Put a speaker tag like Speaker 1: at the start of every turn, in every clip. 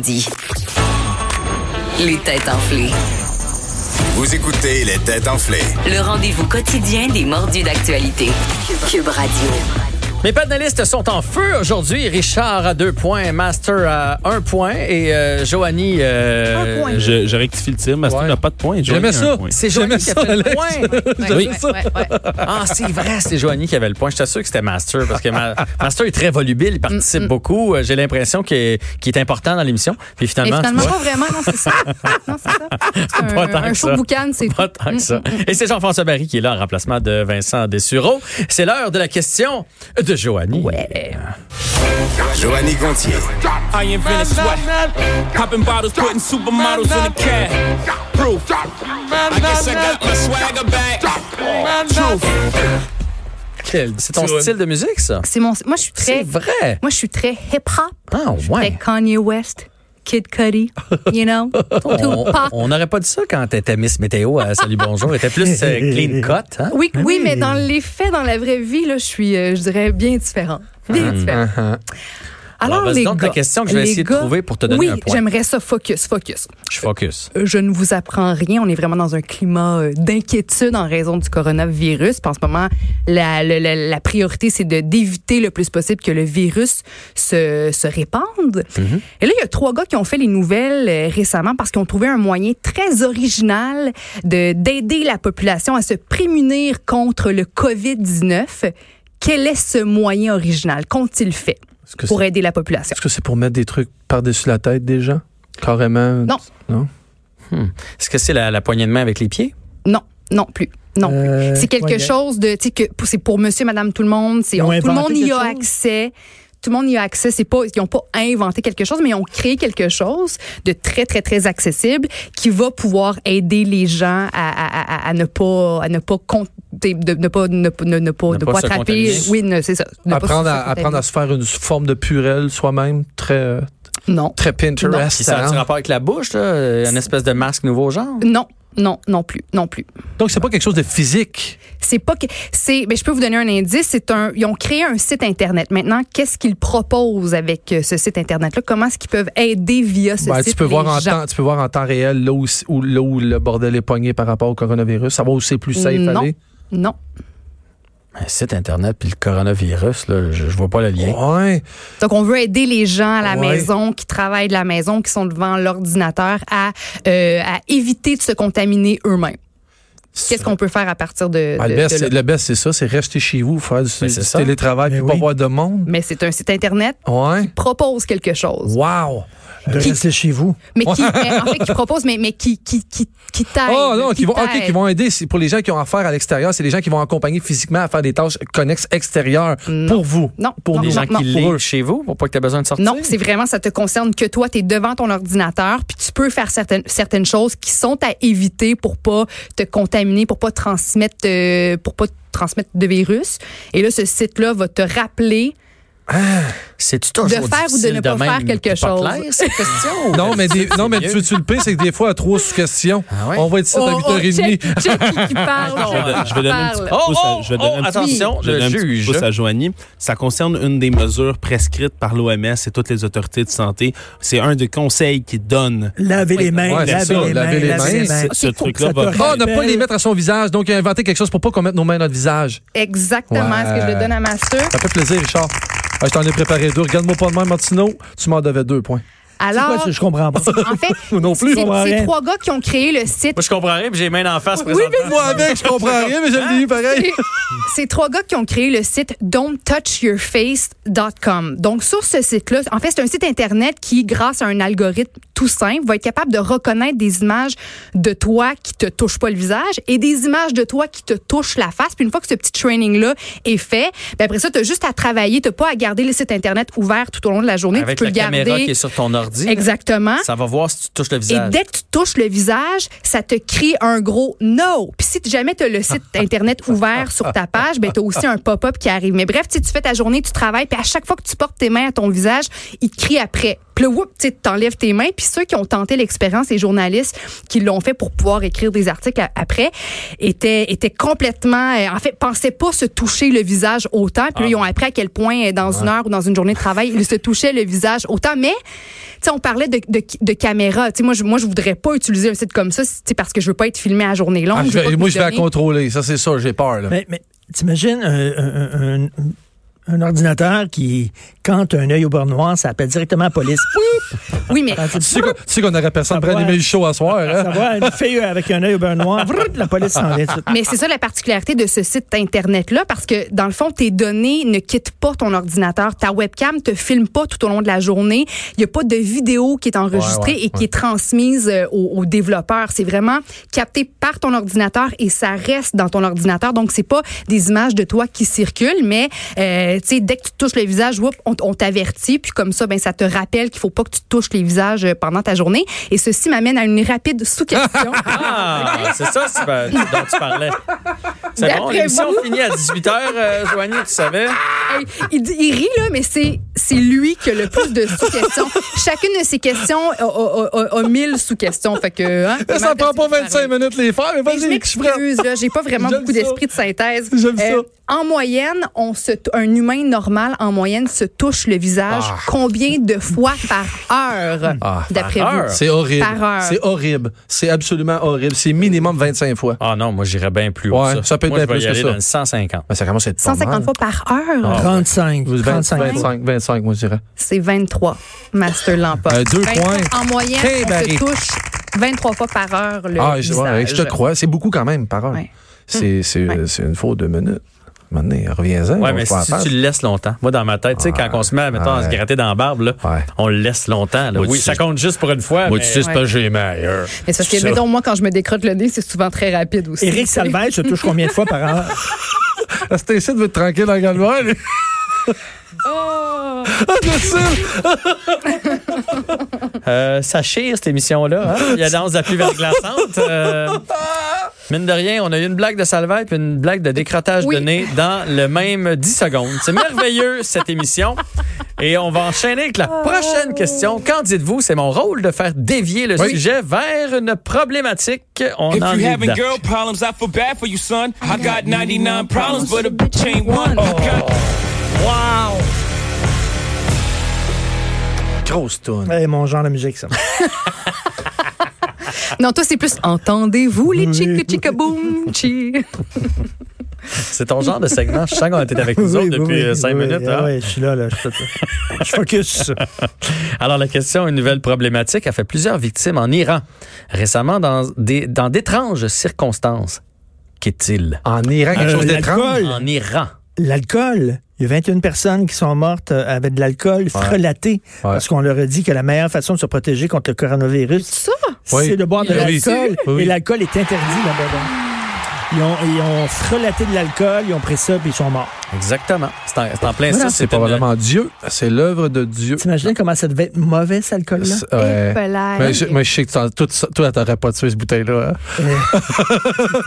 Speaker 1: dit. Les têtes enflées.
Speaker 2: Vous écoutez les têtes enflées.
Speaker 1: Le rendez-vous quotidien des mordus d'actualité. Cube Radio.
Speaker 3: Mes panélistes sont en feu aujourd'hui. Richard à deux points, Master à un point et euh, Joanie. euh,
Speaker 4: Je, je rectifie le tir, Master
Speaker 3: Ouais.
Speaker 4: n'a pas de point. Johnny
Speaker 5: J'aimais
Speaker 4: a un
Speaker 5: ça.
Speaker 4: point.
Speaker 3: C'est Joanie qui a fait le point. Oui.
Speaker 5: J'aimais ça.
Speaker 3: Ah, c'est vrai, c'est Joanie qui avait le point. J'étais sûr que c'était Master parce que Ma- Master est très volubile, il
Speaker 6: Mm,
Speaker 3: participe beaucoup. Euh, J'ai l'impression qu'il est, qu'il est important dans l'émission. Puis
Speaker 6: Mais
Speaker 3: finalement,
Speaker 6: finalement,
Speaker 3: tu vois,
Speaker 6: pas vraiment, non, c'est ça. Non, c'est ça. C'est
Speaker 3: Pas
Speaker 6: un,
Speaker 3: tant
Speaker 6: un
Speaker 3: que ça.
Speaker 6: show boucan, c'est Mm.
Speaker 3: pas
Speaker 6: tout.
Speaker 3: tant que ça. Et c'est Jean-François Barry qui est là en remplacement de Vincent Dessureau. C'est l'heure de la question de Joanie.
Speaker 2: Joanny Gontier.
Speaker 7: I invented sweat. Popping bottles, putting supermodels in the cab. Proof. I guess I got my swagger back. Truth.
Speaker 3: Quel- C'est ton
Speaker 5: Tu vois.
Speaker 3: style de musique, ça?
Speaker 6: C'est mon, moi, je suis
Speaker 3: C'est
Speaker 6: très,
Speaker 3: vrai.
Speaker 6: moi, je suis très hip-hop.
Speaker 3: Ah,
Speaker 6: Avec
Speaker 3: ouais.
Speaker 6: Kanye West, Kid Cudi, you know,
Speaker 3: On-
Speaker 6: Tupac.
Speaker 3: On n'aurait pas dit ça quand t'étais Miss Météo à Salut Bonjour. T'étais plus euh, clean cut, hein?
Speaker 6: Oui, oui, mais dans les faits, dans la vraie vie, là, je suis, euh, je dirais, bien différent. Bien différent.
Speaker 3: Hum. Uh-huh. Alors,
Speaker 6: Alors,
Speaker 3: vas-y
Speaker 6: les
Speaker 3: donc,
Speaker 6: gars,
Speaker 3: la question que je vais
Speaker 6: les
Speaker 3: essayer de
Speaker 6: gars,
Speaker 3: trouver pour te donner
Speaker 6: oui,
Speaker 3: un point.
Speaker 6: j'aimerais ça focus, focus.
Speaker 3: Je focus.
Speaker 6: Euh, Je ne vous apprends rien. On est vraiment dans un climat euh, d'inquiétude en raison du coronavirus. Puis En ce moment, la, la- la- la priorité, c'est de d'éviter le plus possible que le virus se, se répande.
Speaker 5: Mm-hmm.
Speaker 6: Et là, il y a trois gars qui ont fait les nouvelles euh, récemment parce qu'ils ont trouvé un moyen très original de d'aider la population à se prémunir contre le COVID-19. Quel est ce moyen original? Qu'ont-ils fait
Speaker 5: Est-ce que c'est
Speaker 6: pour aider la population?
Speaker 5: est-ce que c'est pour mettre des trucs par-dessus la tête des gens? Carrément?
Speaker 6: Non.
Speaker 5: Non?
Speaker 3: Est-ce que c'est la, la poignée de main avec les pieds?
Speaker 6: Non, non plus. Non plus.
Speaker 5: Euh,
Speaker 6: C'est quelque
Speaker 5: ouais,
Speaker 6: chose de, tu sais, que pour- c'est pour monsieur, madame, tout le monde. C'est,
Speaker 5: Ils ont
Speaker 6: on- tout le
Speaker 5: inventé
Speaker 6: monde y
Speaker 5: quelque
Speaker 6: a
Speaker 5: chose?
Speaker 6: accès. Tout le monde y a accès. C'est pas, ils n'ont pas inventé quelque chose, mais ils ont créé quelque chose de très, très, très accessible qui va pouvoir aider les gens à, à- à- à ne pas, à ne pas con- de, de- ne pas, ne, ne- ne pas,
Speaker 3: Ne
Speaker 6: ne
Speaker 3: pas
Speaker 6: pas
Speaker 3: se
Speaker 6: attraper.
Speaker 3: contaminer.
Speaker 6: Oui, ne- c'est ça. Ne pas
Speaker 5: Apprendre,
Speaker 6: se
Speaker 5: à, apprendre à se faire une forme de purelle soi-même, très, euh,
Speaker 6: contaminer. Non.
Speaker 5: très Pinterest.
Speaker 3: Puis ça a
Speaker 5: hein?
Speaker 3: un rapport avec la bouche, là? Une espèce de masque nouveau genre?
Speaker 6: Non. Non, non plus, non plus.
Speaker 5: Donc, c'est pas quelque chose de physique.
Speaker 6: C'est pas que c'est mais je peux vous donner un indice, c'est un ils ont créé un site internet. Maintenant, qu'est-ce qu'ils proposent avec euh, ce site internet là Comment est-ce qu'ils peuvent aider via ce
Speaker 5: Ben,
Speaker 6: site
Speaker 5: tu, peux
Speaker 6: les
Speaker 5: voir en
Speaker 6: gens?
Speaker 5: temps, tu peux voir en temps réel là où, c- où- là où le bordel est pogné par rapport au coronavirus. Savoir où c'est plus safe
Speaker 6: Non.
Speaker 5: aller.
Speaker 6: Non.
Speaker 3: Un site Internet puis le coronavirus, là, je, je vois pas le lien.
Speaker 5: Ouais.
Speaker 6: Donc on veut aider les gens à la
Speaker 5: Ouais.
Speaker 6: maison qui travaillent de la maison, qui sont devant l'ordinateur à euh, à éviter de se contaminer eux-mêmes. Qu'est-ce qu'on peut faire à partir de,
Speaker 5: Ben,
Speaker 6: de-
Speaker 5: le, best,
Speaker 6: de là?
Speaker 5: c'est- le best, c'est ça, c'est rester chez vous, faire du,
Speaker 3: Ben, c'est
Speaker 5: du
Speaker 3: ça.
Speaker 5: télétravail, puis pas voir de monde.
Speaker 6: Mais c'est un site internet
Speaker 5: Ouais.
Speaker 6: propose quelque chose,
Speaker 5: Wow.
Speaker 8: De
Speaker 6: Qui-
Speaker 8: rester chez vous.
Speaker 6: mais qui mais en fait qui propose mais mais qui qui qui qui t'aide.
Speaker 5: Oh non, qui vont, ok,
Speaker 6: t'aide.
Speaker 5: qui vont aider. C'est pour les gens qui ont affaire à l'extérieur, c'est les gens qui vont accompagner physiquement à faire des tâches connexes extérieures pour vous.
Speaker 6: Non,
Speaker 5: pour
Speaker 6: non,
Speaker 5: des
Speaker 3: Les
Speaker 6: non,
Speaker 3: gens
Speaker 6: non.
Speaker 3: qui livrent chez vous pour pas que tu aies besoin de sortir?
Speaker 6: Non, c'est vraiment, ça te concerne que toi, tu es devant ton ordinateur, puis tu peux faire certaines, certaines choses qui sont à éviter pour pas te contaminer, pour pas transmettre, euh, pour pas transmettre de virus. Et là, ce site-là va te rappeler.
Speaker 3: C'est-tu toujours
Speaker 6: De faire ou de
Speaker 3: difficile
Speaker 6: ne pas
Speaker 3: même,
Speaker 6: faire quelque
Speaker 3: c'est pas
Speaker 6: chose?
Speaker 3: clair, cette question?
Speaker 5: Non, mais, des- non, mais
Speaker 3: mieux.
Speaker 5: tu, tu le pire, c'est que des fois, à trois sous-questions,
Speaker 3: Ah ouais?
Speaker 5: on va être ici à
Speaker 6: Oh, oh,
Speaker 5: 8h30.
Speaker 6: check, check qui qui parle.
Speaker 3: Non,
Speaker 6: check
Speaker 3: euh,
Speaker 6: qui
Speaker 4: je vais donner un
Speaker 6: parle.
Speaker 4: petit
Speaker 3: Oh,
Speaker 4: pouce à-
Speaker 3: oh,
Speaker 4: je vais donner
Speaker 3: oh,
Speaker 4: un petit-
Speaker 3: attention,
Speaker 4: Je vais
Speaker 3: le
Speaker 4: donner un petit
Speaker 3: juge.
Speaker 4: pouce à Joanie. Ça concerne une des mesures prescrites par l'OMS et toutes les autorités de santé. C'est un des conseils qu'ils donnent.
Speaker 3: Ah,
Speaker 8: Laver les mains,
Speaker 5: ouais,
Speaker 8: laver,
Speaker 5: c'est ça,
Speaker 8: les
Speaker 5: laver
Speaker 8: mains
Speaker 5: les
Speaker 8: laver les
Speaker 5: mains.
Speaker 8: mains.
Speaker 4: Ce
Speaker 8: Ok, faut que
Speaker 4: truc-là
Speaker 8: ça te
Speaker 4: va-
Speaker 5: Ah,
Speaker 8: rappelle.
Speaker 5: ne pas les mettre à son visage. Donc, il a inventé quelque chose pour pas qu'on mette nos mains à notre visage.
Speaker 6: Exactement
Speaker 5: Ouais.
Speaker 6: ce que je le donne à Master.
Speaker 5: Ça fait plaisir, Richard. Ah, je t'en ai préparé deux. Regarde-moi pas de main, Martino. Tu m'en devais deux points.
Speaker 8: C'est quoi,
Speaker 6: Alors,
Speaker 8: ça? je comprends pas.
Speaker 6: en fait,
Speaker 5: non plus,
Speaker 6: c'est-
Speaker 8: je comprends
Speaker 6: c'est
Speaker 8: rien.
Speaker 6: trois gars qui ont créé le site.
Speaker 3: Moi, je comprends rien, puis j'ai les mains d'en face
Speaker 6: Oui,
Speaker 3: présentement.
Speaker 5: Moi, avec, je comprends rien, mais je le dis pareil.
Speaker 6: Et C'est trois gars qui ont créé le site don'ttouchyourface.com. Donc, sur ce site-là, en fait, c'est un site Internet qui, grâce à un algorithme tout simple, va être capable de reconnaître des images de toi qui te touchent pas le visage et des images de toi qui te touchent la face. Puis une fois que ce petit training-là est fait, ben après ça, tu as juste à travailler. Tu pas à garder le site Internet ouvert tout au long de la journée.
Speaker 3: Avec
Speaker 6: tu
Speaker 3: la
Speaker 6: peux le garder.
Speaker 3: caméra qui est sur ton ordi,
Speaker 6: Exactement.
Speaker 3: ça va voir si tu touches le
Speaker 6: Et
Speaker 3: visage.
Speaker 6: dès que tu touches le visage, ça te crie un gros no. Puis si jamais tu as le site internet ouvert sur ta page, ben tu as aussi un pop-up qui arrive. Mais bref, si tu fais ta journée, tu travailles, puis à chaque fois que tu portes tes mains à ton visage, il te crie après Puis là, whoop, tu sais, t'enlèves tes mains. Puis ceux qui ont tenté l'expérience, les journalistes qui l'ont fait pour pouvoir écrire des articles a- après, étaient, étaient complètement, euh, en fait, pensaient pas se toucher le visage autant.
Speaker 5: Ah.
Speaker 6: Puis là, ils ont appris à quel point, euh, dans une heure ou dans une journée de travail, ils se touchaient le visage autant. Mais, tu sais, on parlait de, de, de caméra. Tu sais, moi, je, moi, je voudrais pas utiliser un site comme ça, tu sais, parce que je veux pas être filmé à journée longue.
Speaker 5: Ah, je
Speaker 6: veux pas
Speaker 5: vais-
Speaker 6: que
Speaker 5: moi,
Speaker 6: vous
Speaker 5: je vais la
Speaker 6: donniez-
Speaker 5: contrôler. Ça, c'est ça, j'ai peur. Là.
Speaker 8: Mais, Ben, mais t'imagines un, un- un- un ordinateur qui, quand un œil au bord noir, ça appelle directement la police.
Speaker 6: Oui, mais.
Speaker 8: Tu
Speaker 5: Tu sais qu'on- tu sais qu'on n'aurait personne pour
Speaker 8: Ouais.
Speaker 5: animer le show à soir. hein?
Speaker 8: Ça va, une fille avec un œil au beurre noir, vrrrt, la police s'en vient tout de suite.
Speaker 5: Ah,
Speaker 6: Mais c'est ça la particularité de ce site Internet-là, parce que dans le fond, tes données ne quittent pas ton ordinateur. Ta webcam te filme pas tout au long de la journée. Il n'y a pas de vidéo qui est enregistrée
Speaker 5: Ouais, ouais,
Speaker 6: et qui est transmise euh, aux, aux développeurs. C'est vraiment capté par ton ordinateur et ça reste dans ton ordinateur. Donc, c'est pas des images de toi qui circulent, mais euh, tu sais, dès que tu touches le visage, whoop, on, on t'avertit. Puis comme ça, ben, ça te rappelle qu'il faut pas que tu touches les visages euh, pendant ta journée. Et ceci m'amène à une rapide sous-question.
Speaker 3: Ah, c'est ça c'est pas- dont tu parlais. C'est bon,
Speaker 6: D'après
Speaker 3: l'émission
Speaker 6: vous.
Speaker 3: finit à 18h, euh, Joanie, tu savais?
Speaker 6: Hey, il, dit- il rit, là, mais c'est, c'est lui qui a le plus de sous-questions. Chacune de ses questions a, a- a- a- a 1000 sous-questions. Fait que, hein,
Speaker 5: Ça,
Speaker 6: comment
Speaker 5: prend pas
Speaker 6: t'as-tu
Speaker 5: 25 minutes les faire, mais
Speaker 6: Mais je
Speaker 5: vas-y, je suis prêt.
Speaker 6: m'excuse, là, j'ai pas vraiment
Speaker 5: J'aime
Speaker 6: beaucoup
Speaker 5: ça.
Speaker 6: d'esprit de synthèse. Euh,
Speaker 5: J'aime ça.
Speaker 6: en moyenne, on se t- un humain normal, en moyenne, se touche le visage combien de fois par heure,
Speaker 5: Ah,
Speaker 6: d'après
Speaker 3: par
Speaker 6: vous?
Speaker 3: heure?
Speaker 5: C'est horrible.
Speaker 6: Par heure.
Speaker 5: C'est horrible. C'est absolument horrible. C'est minimum 25 fois.
Speaker 3: Ah non, moi, j'irais bien plus haut.
Speaker 5: Ouais,
Speaker 3: ça.
Speaker 5: ça peut être
Speaker 3: moi, je
Speaker 5: bien
Speaker 3: vais
Speaker 5: plus
Speaker 3: y
Speaker 5: que
Speaker 3: aller
Speaker 5: ça.
Speaker 3: dans le 150.
Speaker 5: Mais ça commence à être pas
Speaker 6: 150
Speaker 5: mal. Ah.
Speaker 6: fois par heure,
Speaker 8: 35.
Speaker 5: 20,
Speaker 8: 35.
Speaker 5: 25, 25, moi, je dirais.
Speaker 6: c'est 23. Master l'emporte.
Speaker 5: Euh, deux
Speaker 6: 23.
Speaker 5: points.
Speaker 6: En moyenne,
Speaker 5: Hey,
Speaker 6: on
Speaker 5: Barry.
Speaker 6: se touche 23 fois par heure le
Speaker 5: ah, je,
Speaker 6: visage.
Speaker 5: ouais, je te crois. C'est beaucoup quand même, par heure.
Speaker 6: Ouais. Hmm.
Speaker 5: C'est c'est- c'est une faute de minutes. Maintenant, reviens-en.
Speaker 3: Ouais,
Speaker 5: on
Speaker 3: mais
Speaker 5: se fait
Speaker 3: si
Speaker 5: attendre.
Speaker 3: tu le laisses longtemps. Moi, dans ma tête, tu sais, quand on se met, mettons, à se
Speaker 5: Ouais.
Speaker 3: gratter dans la barbe, là,
Speaker 5: Ouais.
Speaker 3: on le laisse longtemps. là.
Speaker 5: Moi, tu
Speaker 3: Oui,
Speaker 5: sais.
Speaker 3: ça compte juste pour une fois. mais-
Speaker 6: c'est parce que
Speaker 5: j'ai meilleur.
Speaker 6: Mais c'est parce que, mettons, moi, quand je me décrotte le nez, c'est souvent très rapide aussi.
Speaker 8: Éric Salvage se touche combien de fois par heure?
Speaker 5: C'était Ah, ici de être tranquille en galvare. lui.
Speaker 6: Oh!
Speaker 3: Euh, ça chire, cette émission-là. hein? Il y a danse de la pluie verglaçante. Euh, mine de rien, on a eu une blague de salvette puis une blague de décrotage
Speaker 6: Oui.
Speaker 3: de nez dans le même 10 secondes. C'est merveilleux, cette émission. Et on va enchaîner avec la prochaine question. Qu'en dites-vous? C'est mon rôle de faire dévier le
Speaker 5: Oui.
Speaker 3: sujet vers une problématique. On
Speaker 7: If
Speaker 3: en
Speaker 7: you
Speaker 3: est
Speaker 7: having
Speaker 3: dedans.
Speaker 7: girl problems, I feel bad for you, son. I got 99 problems, but a bitch ain't one. Oh, God.
Speaker 8: Wow!
Speaker 5: Grosse toune.
Speaker 8: Eh, mon genre de musique, ça.
Speaker 6: Non, toi, c'est plus entendez-vous les chic chica boom chi.
Speaker 3: C'est ton genre de segment. Je sens qu'on était avec nous
Speaker 8: Oui,
Speaker 3: autres
Speaker 8: oui,
Speaker 3: depuis
Speaker 8: oui,
Speaker 3: euh, cinq
Speaker 8: oui,
Speaker 3: minutes.
Speaker 8: ah
Speaker 3: hein?
Speaker 8: ouais, je suis là, là. Je, je focus.
Speaker 3: Alors, la question, une nouvelle problématique, a fait plusieurs victimes en Iran récemment dans des- dans d'étranges circonstances. Qu'est-il?
Speaker 5: En Iran, quelque
Speaker 8: Euh,
Speaker 5: chose d'étrange.
Speaker 8: l'alcool.
Speaker 3: En Iran.
Speaker 8: L'alcool. Il y a 21 personnes qui sont mortes euh, avec de l'alcool frelaté parce qu'on leur a dit que la meilleure façon de se protéger contre le coronavirus,
Speaker 6: Ça?
Speaker 5: Oui.
Speaker 8: c'est de boire de
Speaker 5: Oui.
Speaker 8: l'alcool.
Speaker 5: Oui.
Speaker 8: Et l'alcool est interdit là-bas. donc. Ils ont, ils ont frelaté de l'alcool, ils ont pris ça, puis ils sont morts.
Speaker 3: Exactement. C'est en, c'est en plein ça.
Speaker 8: Voilà.
Speaker 5: C'est
Speaker 3: une-
Speaker 5: probablement Dieu. C'est l'œuvre de Dieu.
Speaker 8: T'imagines comment ça devait être mauvais, cet alcool-là?
Speaker 5: C'est- ouais.
Speaker 6: Épelage.
Speaker 5: Mais je, mais je sais que t'en- tout ça- toi, t'aurais pas tué cette bouteille-là. hein.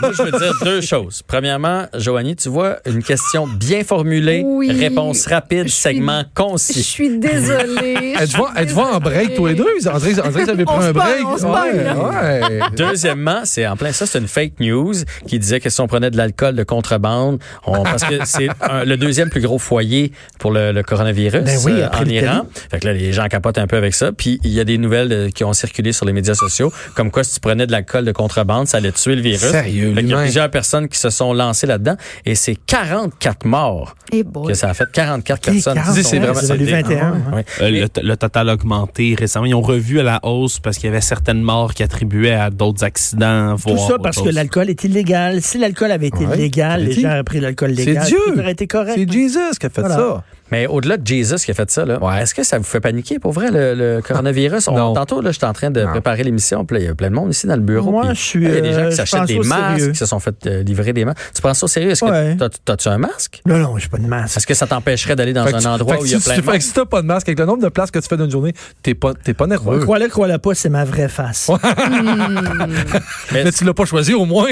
Speaker 3: Moi, je veux dire deux choses. Premièrement, Joanie, tu vois, une question bien formulée,
Speaker 6: Oui.
Speaker 3: réponse rapide,
Speaker 6: Je suis-
Speaker 3: segment
Speaker 6: Je
Speaker 3: concis.
Speaker 6: suis désolée. je
Speaker 5: Êtes-vous
Speaker 6: suis
Speaker 5: êtes-vous en break, tous les deux? On dirait, on dirait que vous avez
Speaker 6: On
Speaker 5: pris
Speaker 6: se
Speaker 5: un
Speaker 6: parle,
Speaker 5: break.
Speaker 6: on se parle,
Speaker 5: ouais, ouais.
Speaker 3: Deuxièmement, c'est en plein ça, c'est une fake news qui disait que si on prenait de l'alcool de contrebande, on, parce que c'est un- le deuxième plus gros foyer pour le, le coronavirus
Speaker 8: Ben oui,
Speaker 3: euh,
Speaker 8: après
Speaker 3: en
Speaker 8: l'Italie.
Speaker 3: Iran. Fait que là, les gens capotent un peu avec ça. Puis il y a des nouvelles euh, qui ont circulé sur les médias sociaux, comme quoi si tu prenais de l'alcool de contrebande, ça allait tuer le virus.
Speaker 5: Sérieux,
Speaker 3: Fait qu'il y a
Speaker 5: l'humain.
Speaker 3: plusieurs personnes qui se sont lancées là-dedans et c'est 44 morts
Speaker 6: Eh
Speaker 3: que
Speaker 6: boy.
Speaker 3: ça a fait. 44
Speaker 8: Eh,
Speaker 3: personnes. qui
Speaker 8: 40,
Speaker 3: se sont
Speaker 5: c'est vraiment-
Speaker 8: vous avez lu
Speaker 3: sautées.
Speaker 8: 21. hein?
Speaker 3: Ouais.
Speaker 4: Euh, le, t- le total a augmenté récemment. Ils ont revu à la hausse parce qu'il y avait certaines morts qui attribuaient à d'autres accidents.
Speaker 8: Tout
Speaker 4: voire
Speaker 8: ça
Speaker 4: autre
Speaker 8: parce que
Speaker 4: chose.
Speaker 8: l'alcool est illégal. Si l'alcool avait été
Speaker 5: Ouais,
Speaker 8: légal,
Speaker 5: je l'ai
Speaker 8: les
Speaker 5: dit.
Speaker 8: gens auraient pris l'alcool
Speaker 5: C'est
Speaker 8: légal.
Speaker 5: Dieu.
Speaker 8: Ça aurait été correct.
Speaker 3: hein.
Speaker 5: C'est Jesus qui a fait
Speaker 8: Voilà.
Speaker 5: ça.
Speaker 3: Mais au-delà de Jesus qui a fait ça, là, est-ce que ça vous fait paniquer pour vrai le, le coronavirus? On-
Speaker 5: Non.
Speaker 3: Tantôt, là, j'étais en train de
Speaker 5: Non.
Speaker 3: préparer l'émission, puis là, il y a plein de monde ici dans le bureau.
Speaker 8: Moi,
Speaker 3: puis
Speaker 8: je suis,
Speaker 3: Il y a des gens
Speaker 8: euh,
Speaker 3: qui
Speaker 8: je
Speaker 3: s'achètent
Speaker 8: pense
Speaker 3: des
Speaker 8: au
Speaker 3: masques,
Speaker 8: sérieux.
Speaker 3: qui se sont fait euh, livrer des masques. Tu penses ça au sérieux? Est-ce
Speaker 8: Ouais.
Speaker 3: que t'as- t'as-tu un masque?
Speaker 8: Non, non, j'ai pas de
Speaker 5: Ah,
Speaker 8: masque.
Speaker 3: Est-ce que ça t'empêcherait d'aller dans
Speaker 5: Fait que
Speaker 3: un
Speaker 5: tu-
Speaker 3: endroit
Speaker 5: fait que
Speaker 3: où il y a
Speaker 5: si tu-
Speaker 3: plein de
Speaker 5: Fait que si
Speaker 3: masques?
Speaker 5: t'as pas de masque, avec le nombre de places que tu fais d'une journée, t'es pas, t'es pas nerveux.
Speaker 8: Crois-le, crois-le pas, c'est ma vraie face.
Speaker 5: Mais tu l'as pas choisi au moins.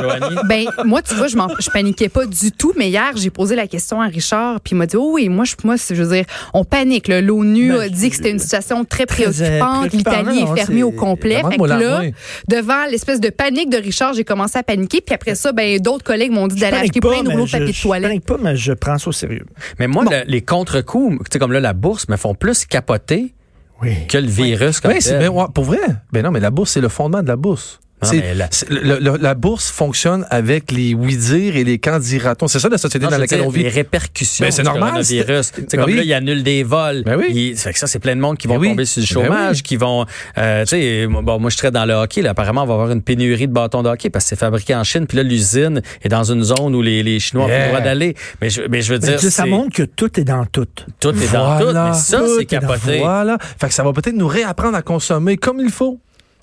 Speaker 3: Joanie?
Speaker 6: Ben, moi, tu vois, je, m'en- je paniquais pas du tout, mais hier, j'ai posé la question à Richard, puis il m'a dit, oh, chaos. Et moi, je, moi, c'est- je veux dire, on panique. là. L'ONU a dit que c'était une situation très préoccupante.
Speaker 8: préoccupant,
Speaker 6: L'Italie
Speaker 8: non,
Speaker 6: est fermée
Speaker 8: euh, hein, c'est-
Speaker 6: au complet.
Speaker 5: Demande-moi
Speaker 6: Fait que
Speaker 5: la
Speaker 6: là,
Speaker 5: moins.
Speaker 6: devant l'espèce de panique de Richard, j'ai commencé à paniquer. Puis après ça, ben, d'autres collègues m'ont dit
Speaker 8: Je
Speaker 6: d'aller acheter
Speaker 8: panique
Speaker 6: plein de
Speaker 8: mais
Speaker 6: rouleaux de
Speaker 8: je-
Speaker 6: papier de
Speaker 8: je
Speaker 6: toilette.
Speaker 8: panique pas, mais je prends ça au sérieux.
Speaker 3: Mais moi, le- les contre-coups, tu sais, comme là, la bourse, me font plus capoter
Speaker 8: Oui.
Speaker 3: que le virus. Comme
Speaker 5: Oui, c'est
Speaker 3: tel.
Speaker 5: ben, ouais, pour vrai. Ben non, mais la bourse, c'est le fondement de la bourse.
Speaker 3: Non,
Speaker 5: C'est-
Speaker 3: mais la-
Speaker 5: c'est- le- le- la bourse fonctionne avec les oui-dire et les quand dira-t-on. C'est ça la
Speaker 3: Non,
Speaker 5: société dans
Speaker 3: je veux
Speaker 5: laquelle
Speaker 3: dire,
Speaker 5: on vit.
Speaker 3: Les répercussions
Speaker 5: Ben, c'est
Speaker 3: du
Speaker 5: normal,
Speaker 3: coronavirus.
Speaker 5: c'est-
Speaker 3: Tu sais,
Speaker 5: Ben
Speaker 3: comme
Speaker 5: oui.
Speaker 3: là, il annule des vols.
Speaker 5: Ben oui.
Speaker 3: Il- ça fait que ça, c'est plein de monde qui vont
Speaker 5: Ben oui.
Speaker 3: tomber sur le
Speaker 5: Ben
Speaker 3: chômage,
Speaker 5: oui.
Speaker 3: qui vont... euh, tu sais, bon, moi, je traite dans le hockey. Là, apparemment, on va avoir une pénurie de bâtons de hockey parce que c'est fabriqué en Chine. Puis là, l'usine est dans une zone où les, les Chinois ont
Speaker 5: Yeah.
Speaker 3: le droit d'aller. Mais je, mais je veux dire,
Speaker 8: Tu sais, ça
Speaker 3: c'est-
Speaker 8: montre que tout est dans tout.
Speaker 3: tout est dans tout.
Speaker 5: Voilà.
Speaker 3: Mais ça,
Speaker 5: Tout
Speaker 3: c'est
Speaker 5: est dans-
Speaker 3: capoté.
Speaker 5: Voilà. Fait que ça va peut-être nous réapprendre à consommer comme il faut.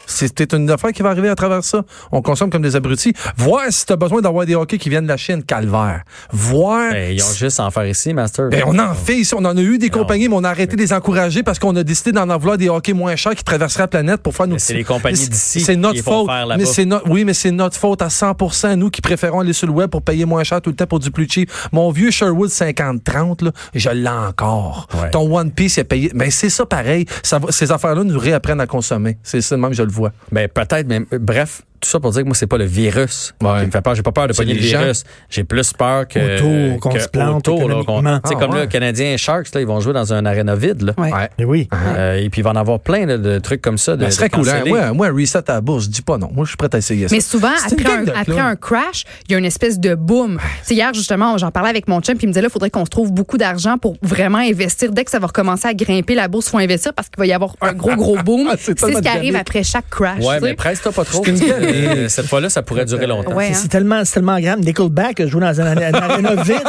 Speaker 5: C'était une affaire qui va arriver à travers ça. On consomme comme des abrutis. Voir si t'as besoin d'avoir des hockey qui viennent de la Chine, calvaire. Voir.
Speaker 3: Ben, ils ont
Speaker 5: si-
Speaker 3: juste à en faire ici, Master.
Speaker 5: Ben, on en fait ici. On en a eu des
Speaker 3: Ah,
Speaker 5: compagnies, mais on a arrêté de les encourager parce qu'on a décidé d'en avoir des hockey moins chers qui traverseraient la planète pour faire nos
Speaker 3: Mais c'est
Speaker 5: petits-
Speaker 3: les compagnies
Speaker 5: C'est-
Speaker 3: d'ici
Speaker 5: C'est notre
Speaker 3: qui vont
Speaker 5: faute.
Speaker 3: faire là-bas.
Speaker 5: mais c'est no- Oui, mais c'est notre faute à 100 nous qui préférons aller sur le web pour payer moins cher tout le temps pour du plus cheap. Mon vieux Sherwood 50-30, là, je l'ai encore.
Speaker 3: Ouais.
Speaker 5: Ton One Piece est payé. Mais c'est ça pareil. Ça va- ces affaires-là nous réapprennent à consommer. C'est ça de même, je le vois.
Speaker 3: Ben peut-être, mais euh, bref, tout ça pour dire que moi, c'est pas le virus
Speaker 5: Ouais.
Speaker 3: qui me fait peur. J'ai pas peur de
Speaker 5: C'est
Speaker 3: pogner le
Speaker 5: les gens.
Speaker 3: virus. J'ai plus peur que.
Speaker 8: Autour, qu'on
Speaker 3: que
Speaker 8: se plante
Speaker 3: autour, là, qu'on-
Speaker 8: économiquement.
Speaker 3: Tu sais,
Speaker 5: Ah,
Speaker 3: comme là,
Speaker 5: ouais.
Speaker 3: les Canadiens Sharks, là, ils vont jouer dans un aréna vide. Là.
Speaker 6: Ouais.
Speaker 8: Eh oui.
Speaker 3: Euh, et puis, il va en avoir plein là, de trucs comme ça. De,
Speaker 5: Ce serait
Speaker 3: de
Speaker 5: cool. hein.
Speaker 3: cancellés.
Speaker 5: Moi, moi, un reset à la bourse, je dis pas non. Moi, je suis prêt à essayer ça.
Speaker 6: Mais souvent,
Speaker 5: C'est une
Speaker 6: après
Speaker 5: gang
Speaker 6: un,
Speaker 5: de
Speaker 6: après
Speaker 5: clowns.
Speaker 6: un crash, il y a une espèce de boom. Tu sais, hier, justement, j'en parlais avec mon chum, puis il me disait, là, il faudrait qu'on se trouve beaucoup d'argent pour vraiment investir. Dès que ça va recommencer à grimper, la bourse, il faut investir parce qu'il va y avoir un gros, gros boom.
Speaker 5: Ah, c'est
Speaker 6: C'est
Speaker 5: tellement
Speaker 6: ce qui arrive
Speaker 5: dynamique.
Speaker 6: après chaque crash.
Speaker 3: Ouais,
Speaker 6: tu sais.
Speaker 3: mais presse-toi pas trop.
Speaker 5: une
Speaker 3: parce que,
Speaker 5: gueule.
Speaker 3: euh, cette fois-là, ça pourrait durer longtemps.
Speaker 6: Ouais,
Speaker 8: C'est-
Speaker 6: hein.
Speaker 8: C'est tellement, c'est tellement grave. Nickelback a joué dans un un aréna vide.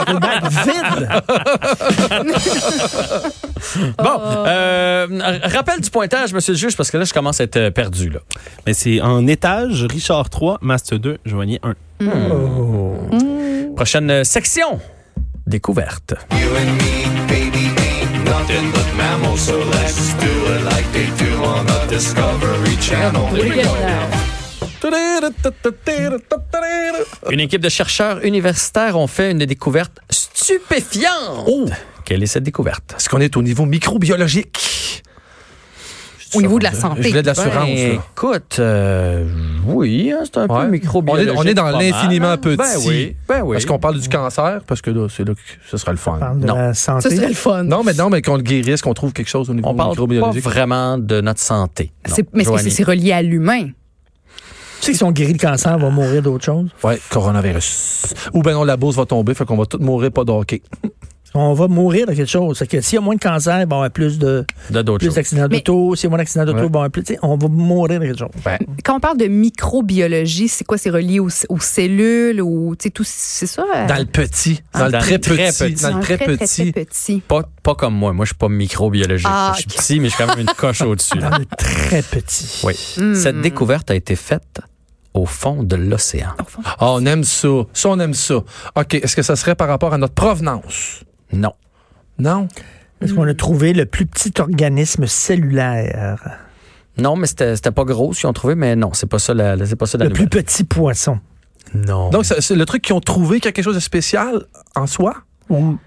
Speaker 8: Nickelback vide.
Speaker 3: Bon, euh, r- rappel du pointage, monsieur le juge, parce que là, je commence à être euh, perdu. Là.
Speaker 4: Mais c'est en étage, Richard 3, Master 2, Joignier 1.
Speaker 3: Prochaine euh, section découverte. Une équipe de chercheurs universitaires ont fait une découverte stupéfiante. Quelle est cette découverte?
Speaker 5: Est-ce qu'on est au niveau microbiologique?
Speaker 6: Au niveau de la
Speaker 5: Je
Speaker 6: santé.
Speaker 5: voulais de l'assurance.
Speaker 3: Ben,
Speaker 5: là.
Speaker 3: écoute, euh, oui, hein, c'est un
Speaker 5: Ouais.
Speaker 3: peu microbiologique.
Speaker 5: On est- on est dans
Speaker 3: pas mal.
Speaker 5: l'infiniment petit.
Speaker 3: Ben oui, ben oui.
Speaker 5: Est-ce qu'on parle du cancer? Parce que là, c'est là que ce serait le
Speaker 8: On
Speaker 5: fun.
Speaker 8: parle de
Speaker 3: Non.
Speaker 8: la santé.
Speaker 6: Ça serait le fun.
Speaker 5: Non, mais non, mais qu'on le guérisse, qu'on trouve quelque chose au niveau
Speaker 3: On parle pas
Speaker 5: microbiologique.
Speaker 3: vraiment de notre santé. Non,
Speaker 6: C'est- mais est-ce que c'est
Speaker 3: Joanie.
Speaker 6: c'est relié à l'humain?
Speaker 8: Tu sais que si on guérit le cancer, on va mourir d'autre chose.
Speaker 5: Ouais, coronavirus. Ou ben non, la bourse va tomber, fait qu'on va tous mourir pas d'hockey.
Speaker 8: On va mourir de quelque chose. C'est que s'il y a moins de cancer, bon, on a plus de
Speaker 3: de d'autres
Speaker 8: plus
Speaker 3: choses.
Speaker 8: d'accidents
Speaker 6: Mais-
Speaker 8: d'auto. S'il y a moins d'accidents d'auto,
Speaker 5: Ouais.
Speaker 8: bon, on a plus. tu sais, On va mourir de quelque chose.
Speaker 6: Quand on parle de microbiologie, c'est quoi? C'est relié aux, aux cellules, ou tu sais, tout, c'est ça?
Speaker 5: Dans le petit. Dans le
Speaker 3: Ah, Dans
Speaker 5: très
Speaker 3: le très
Speaker 5: petit.
Speaker 3: petit.
Speaker 5: Dans le très petit.
Speaker 6: petit.
Speaker 3: Pas, pas comme moi. Moi, je suis pas microbiologique.
Speaker 6: Ah,
Speaker 3: je suis
Speaker 6: ok.
Speaker 3: petit, mais je suis quand même une coche au-dessus.
Speaker 6: Ah.
Speaker 3: là.
Speaker 8: Très petit.
Speaker 3: Oui.
Speaker 6: Mm.
Speaker 3: Cette découverte a été faite au fond de l'océan.
Speaker 5: Ah, on aime ça. Ça, on aime ça. OK, est-ce que ça serait par rapport à notre provenance?
Speaker 3: Non.
Speaker 5: Non?
Speaker 8: Parce qu'on a trouvé le plus petit organisme cellulaire.
Speaker 3: Non, mais c'était c'était pas gros, si on trouvait, mais non, c'est pas ça la, la- c'est pas ça la
Speaker 8: Le plus
Speaker 3: nouvelle.
Speaker 8: petit poisson.
Speaker 3: Non.
Speaker 5: Donc, ça- c'est le truc qu'ils ont trouvé qu'il y a quelque chose de spécial en soi? Ou...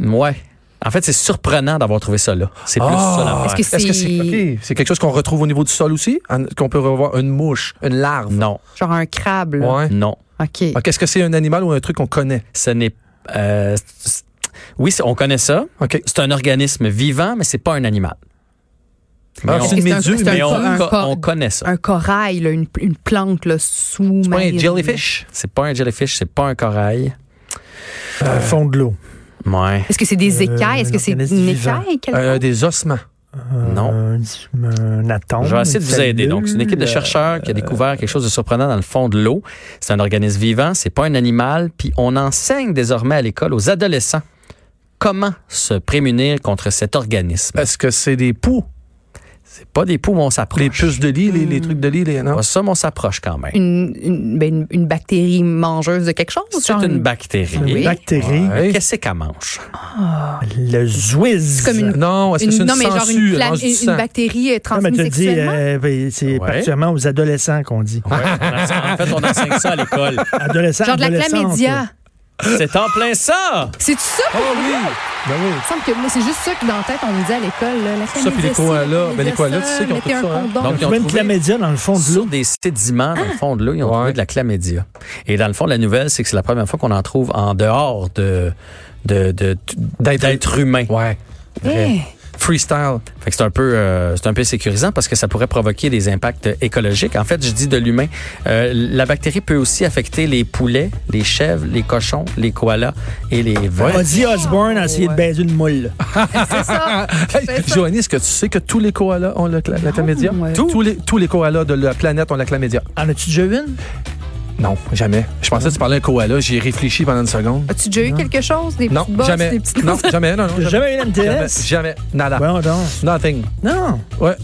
Speaker 3: ouais. En fait, c'est surprenant d'avoir trouvé ça là. C'est plus
Speaker 5: Ah!
Speaker 3: ça l'affaire.
Speaker 6: Est-ce que c'est
Speaker 5: Est-ce que c'est ok, c'est quelque chose qu'on retrouve au niveau du sol aussi? En- Qu'on peut revoir une mouche, une larve?
Speaker 3: Non,
Speaker 6: genre un crabe? là?
Speaker 5: Ouais.
Speaker 3: non.
Speaker 6: OK.
Speaker 5: OK, est-ce que c'est un animal ou un truc qu'on connaît?
Speaker 3: Ce n'est. euh, c'est- oui, c'est- on connaît ça.
Speaker 5: OK.
Speaker 3: C'est un organisme vivant, mais c'est pas un animal. Mais
Speaker 5: Ah,
Speaker 3: on-
Speaker 5: c'est une
Speaker 6: Est-ce que c'est un-
Speaker 5: méduse,
Speaker 6: c'est un
Speaker 3: mais on,
Speaker 6: cor- un
Speaker 3: co-
Speaker 6: cor-
Speaker 3: on connaît ça.
Speaker 6: un corail, là, une, une plante là, sous
Speaker 5: Pas un jellyfish?
Speaker 3: C'est pas un jellyfish, c'est pas un corail. Euh.
Speaker 8: Dans le fond de l'eau.
Speaker 3: Ouais.
Speaker 6: Est-ce que c'est des
Speaker 8: Euh,
Speaker 6: écailles? Est-ce que c'est
Speaker 8: un
Speaker 6: une
Speaker 8: organisme vivant.
Speaker 6: écaille? quelque
Speaker 5: Euh,
Speaker 6: part?
Speaker 5: des ossements.
Speaker 3: Non.
Speaker 8: Un, un atome.
Speaker 3: Je vais essayer de vous
Speaker 8: une
Speaker 3: aider. Donc, c'est une équipe de
Speaker 8: cellule.
Speaker 3: chercheurs
Speaker 5: euh,
Speaker 3: qui a découvert quelque chose de surprenant dans le fond de l'eau. C'est un organisme vivant, c'est pas un animal. Puis on enseigne désormais à l'école aux adolescents comment se prémunir contre cet organisme.
Speaker 5: Est-ce que c'est des poux?
Speaker 3: C'est pas des poumons, ça
Speaker 5: Les
Speaker 3: s'approche.
Speaker 5: puces de lit, les, les trucs de lit, les. Non?
Speaker 3: Pas ça, mais on s'approche quand même.
Speaker 6: Une, une, ben, une- une bactérie mangeuse de quelque chose?
Speaker 3: C'est
Speaker 6: genre
Speaker 3: une bactérie.
Speaker 8: Une
Speaker 6: Ah Oui.
Speaker 8: bactérie.
Speaker 3: Mais Qu'est-ce qu'elle mange?
Speaker 8: Le zouiz.
Speaker 6: comme une-
Speaker 5: Non, est-ce que
Speaker 6: une-
Speaker 5: c'est une
Speaker 6: non, mais genre une,
Speaker 5: sangsue? Elle
Speaker 6: plane-
Speaker 5: mange du
Speaker 6: une- une
Speaker 5: sang.
Speaker 6: bactérie euh,
Speaker 8: Non, Ah, mais
Speaker 6: transmise
Speaker 8: tu le dis,
Speaker 6: sexuellement?
Speaker 8: euh, ben, c'est
Speaker 3: Ouais.
Speaker 8: particulièrement aux adolescents qu'on dit.
Speaker 3: Ouais, on enseigne- en fait, on enseigne ça à l'école.
Speaker 8: Adolescents,
Speaker 6: genre de la
Speaker 8: adolescentes,
Speaker 6: chlamydia.
Speaker 3: C'est en plein ça!
Speaker 6: C'est ça pour
Speaker 5: Oh oui! Ben oui.
Speaker 6: Il me semble que moi, c'est juste ça que dans la tête, on me disait à l'école. là, La
Speaker 5: Ça, puis les
Speaker 6: chlamydia, ci, la
Speaker 5: koalas. Ben, les
Speaker 6: chlamydia ça,
Speaker 5: koalas, tu sais qu'ils ont
Speaker 6: mettez
Speaker 5: tout
Speaker 6: un
Speaker 5: ça, hein.
Speaker 6: condom.
Speaker 3: Donc, ils ont
Speaker 8: Même
Speaker 3: trouvé-
Speaker 8: chlamydia dans le fond de
Speaker 3: sur
Speaker 8: l'eau.
Speaker 3: des sédiments dans le fond de l'eau, ils ont trouvé de la chlamydia. Et dans le fond, la nouvelle, c'est que c'est la première fois qu'on en trouve en dehors de de- de-
Speaker 5: D'être-
Speaker 3: d'être humain.
Speaker 5: Ouais.
Speaker 6: Eh,
Speaker 5: Freestyle.
Speaker 3: Fait que c'est un peu euh, c'est un peu sécurisant parce que ça pourrait provoquer des impacts écologiques. En fait, je dis de l'humain. Euh, la bactérie peut aussi affecter les poulets, les chèvres, les cochons, les koalas et les vers.
Speaker 8: Ozzy Osbourne a essayé de baiser une moule.
Speaker 6: c'est ça.
Speaker 5: Hey,
Speaker 6: C'est ça. Ah,
Speaker 5: Joanie, est-ce que tu sais que tous les koalas ont la, la, la chlamydia?
Speaker 6: ouais.
Speaker 5: Tous, les, tous les koalas de la planète ont la chlamydia.
Speaker 3: Ah.
Speaker 8: En as-tu déjà une?
Speaker 5: Non, jamais. Je pensais que tu parlais d'un koala. J'y ai réfléchi pendant une seconde.
Speaker 6: As-tu déjà eu quelque chose? Des
Speaker 5: Non,
Speaker 6: petites bosses,
Speaker 5: jamais.
Speaker 6: Des petites...
Speaker 5: Non, jamais. Non, non,
Speaker 8: T'as
Speaker 5: jamais.
Speaker 8: jamais eu une
Speaker 5: Jamais.
Speaker 8: MTS?
Speaker 5: Jamais. Nada.
Speaker 8: Bon, donc.
Speaker 5: Nothing.
Speaker 8: Non,
Speaker 5: Ouais.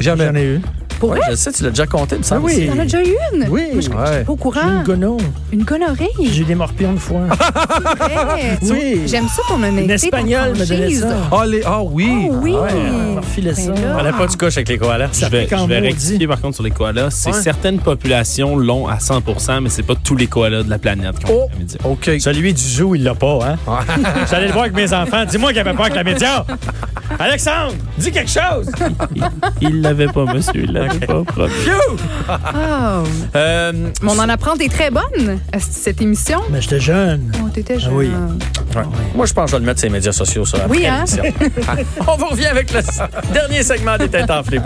Speaker 5: Jamais.
Speaker 8: j'en ai eu.
Speaker 6: Pour
Speaker 3: Ouais,
Speaker 6: vrai?
Speaker 3: je sais, tu l'as déjà compté, il me semble.
Speaker 8: Ah oui.
Speaker 6: T'en as déjà eu une?
Speaker 8: Oui.
Speaker 6: Moi, je suis
Speaker 5: Ouais.
Speaker 6: pas au courant.
Speaker 8: Une gono.
Speaker 6: Une gonorrhée.
Speaker 8: J'ai des morpions une fois.
Speaker 6: Ah, Ouais.
Speaker 8: Oui.
Speaker 6: J'aime ça qu'on en ait
Speaker 8: Une espagnole me donnait ça.
Speaker 5: Ah, les... ah oui.
Speaker 6: Oh oui.
Speaker 8: On m'a refilé ça.
Speaker 6: Ben là.
Speaker 3: Fallait pas du couche avec les koalas.
Speaker 8: Ça
Speaker 4: Je vais,
Speaker 8: pique en
Speaker 4: je vais
Speaker 8: maudit.
Speaker 4: rectifier par contre sur les koalas. C'est
Speaker 5: Ouais.
Speaker 4: certaines populations l'ont à 100 mais c'est pas tous les koalas de la planète. qui ont
Speaker 5: Oh,
Speaker 4: la chlamydia.
Speaker 5: OK.
Speaker 8: Celui du zoo, il l'a pas, hein? J'allais le voir avec mes enfants. Dis-moi qu'il avait pas avec la média. Alexandre, dis quelque chose.
Speaker 4: Il l'avait pas, monsieur. Il l'avait pas, promis.
Speaker 6: Ah.
Speaker 3: Euh,
Speaker 6: Mais on en apprend, t'es très bonne à c- cette émission.
Speaker 8: Mais j'étais jeune.
Speaker 6: Oh, t'étais jeune.
Speaker 8: Ah oui.
Speaker 3: moi, je pense que je vais le mettre sur les médias sociaux, ça.
Speaker 6: Oui,
Speaker 3: après
Speaker 6: hein?
Speaker 3: l'émission. On vous revient avec le s- dernier segment des Têtes Enflées.